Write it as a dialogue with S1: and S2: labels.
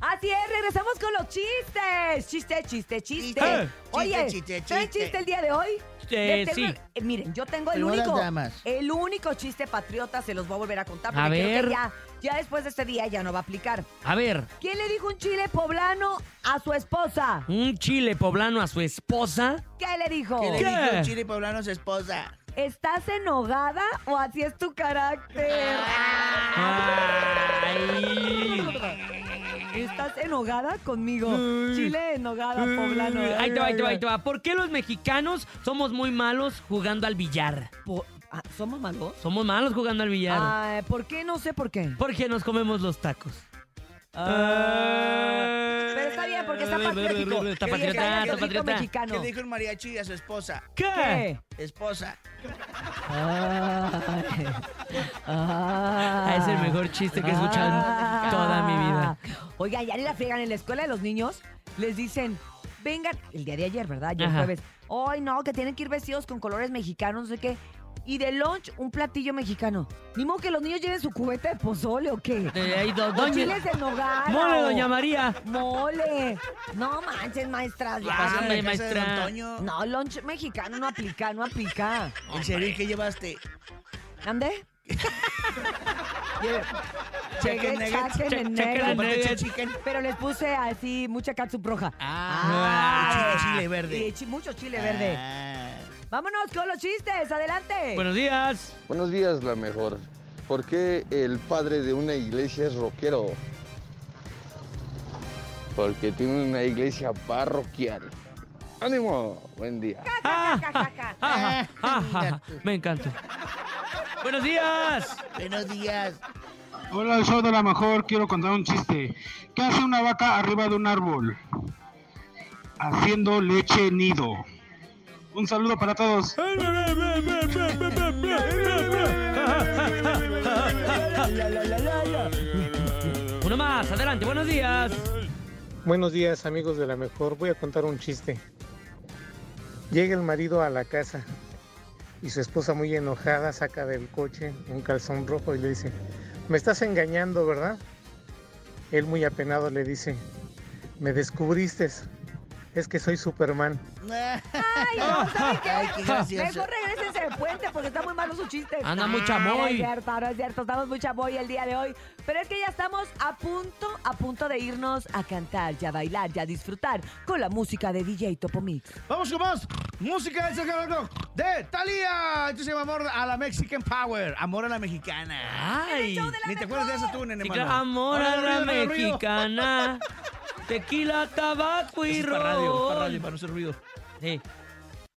S1: Así es, regresamos con los chistes. Chiste, chiste, chiste.
S2: Chiste, Eh.
S1: Oye,
S2: chiste, chiste,
S1: ¿traen
S2: chiste.
S1: chiste el día de hoy?
S3: Eh,
S1: Les tengo-
S3: sí.
S1: eh, miren, yo tengo el
S2: Primero las
S1: único.
S2: damas.
S1: El único chiste patriota se los voy a volver a contar porque
S3: A
S1: creo
S3: ver.
S1: que ya, ya después de este día ya no va a aplicar.
S3: A ver,
S1: ¿Quién le dijo un chile poblano a su esposa?
S3: un chile poblano a su esposa.
S1: ¿Qué le dijo?
S2: ¿Qué le
S3: ¿Qué?
S2: dijo un chile poblano a su esposa?
S1: ¿Estás enojada o así es tu carácter?
S3: Ay.
S1: ¿Estás enojada conmigo?
S3: Ay.
S1: Chile enojada poblano.
S3: Ahí te va, ahí te va, ahí te va. ¿Por qué los mexicanos somos muy malos jugando al billar?
S1: Po- ah, ¿Somos malos?
S3: Somos malos jugando al billar.
S1: Ah, ¿Por qué? No sé por qué.
S3: Porque nos comemos los tacos.
S1: Ah, Pero está bien, porque está patriótico.
S3: eh, Está
S1: Sí,
S3: patriota,
S1: bien
S3: está
S1: rico
S3: patriota.
S1: mexicano.
S2: ¿Qué le dijo un mariachi a su esposa?
S1: ¿Qué?
S2: Esposa.
S1: Ay. Ah.
S3: Ah, es el mejor chiste que he escuchado en
S1: Ah.
S3: toda mi vida.
S1: Oigan, ya ni la friegan en la escuela de los niños. Les dicen, vengan, el día de ayer, ¿verdad? Ayer
S3: Ajá.
S1: jueves. Ay, no, que tienen que ir vestidos con colores mexicanos, no sé qué. Y de lunch, un platillo mexicano. Ni modo que los niños lleven su cubeta de pozole o qué.
S3: Eh, ahí do-
S1: O
S3: doña-
S1: chiles en nogada.
S3: Mole,
S1: o
S3: doña María.
S1: Mole. No manches, maestras.
S3: Ya,
S1: ya.
S2: Pásame
S3: hombre,
S2: Ah, la casa de
S3: maestra.
S2: Don Toño.
S1: No, lunch mexicano no aplica, no aplica.
S2: ¿En serio? ¿Y qué llevaste?
S1: ¿Ande? Llevé-
S2: Chicken
S1: Llegué
S2: nuggets.
S1: chicken
S3: Chicken
S1: and nuggets,
S2: Aparte,
S3: nuggets.
S2: chicken.
S1: Pero les puse así mucha catsup roja.
S3: Ah.
S2: Y chile, chile
S1: Y le
S2: verde.
S1: eché mucho chile verde.
S2: Ah.
S1: Vámonos con los chistes, adelante.
S3: Buenos días.
S4: Buenos días, la mejor. ¿Por qué el padre de una iglesia es rockero? Porque tiene una iglesia parroquial. ¡Ánimo! Buen día.
S1: Ja, ja, ja, ja.
S3: Ajá, ajá, Me encanta. Buenos días.
S2: Buenos días.
S5: Hola, el show de la mejor. Quiero contar un chiste. ¿Qué hace una vaca arriba de un árbol? Haciendo leche nido. Un saludo para todos.
S3: Uno más, adelante, buenos días.
S6: Buenos días amigos de la mejor, voy a contar un chiste. Llega el marido a la casa y su esposa muy enojada saca del coche un calzón rojo y le dice, me estás engañando, ¿verdad? Él muy apenado le dice, me descubriste, es que soy Superman.
S1: Ay, no, ¿saben qué?
S2: Ay, qué gracioso.
S1: Mejor regresense de puente porque está muy malo su chiste. Ah,
S3: Anda muy chamoy.
S1: No es cierto, no es cierto. Estamos muy chamoy el día de hoy. Pero es que ya estamos a punto, a punto de irnos a cantar, ya bailar, ya disfrutar con la música de DJ Topo Mix.
S7: Vamos con más música de Sergio Andrade de Talía. Esto se llama Amor a la Mexican Power. Amor a la mexicana.
S3: Ay.
S2: Ni te acuerdas de eso tú, nene
S3: Sí,
S2: mano.
S3: claro, amor a
S7: Ahora,
S3: la
S7: ruido, ruido, ruido.
S3: mexicana. Tequila, tabaco y
S2: Eso es para radio, para radio,
S3: ron.
S2: para no hacer ruido.
S3: Sí.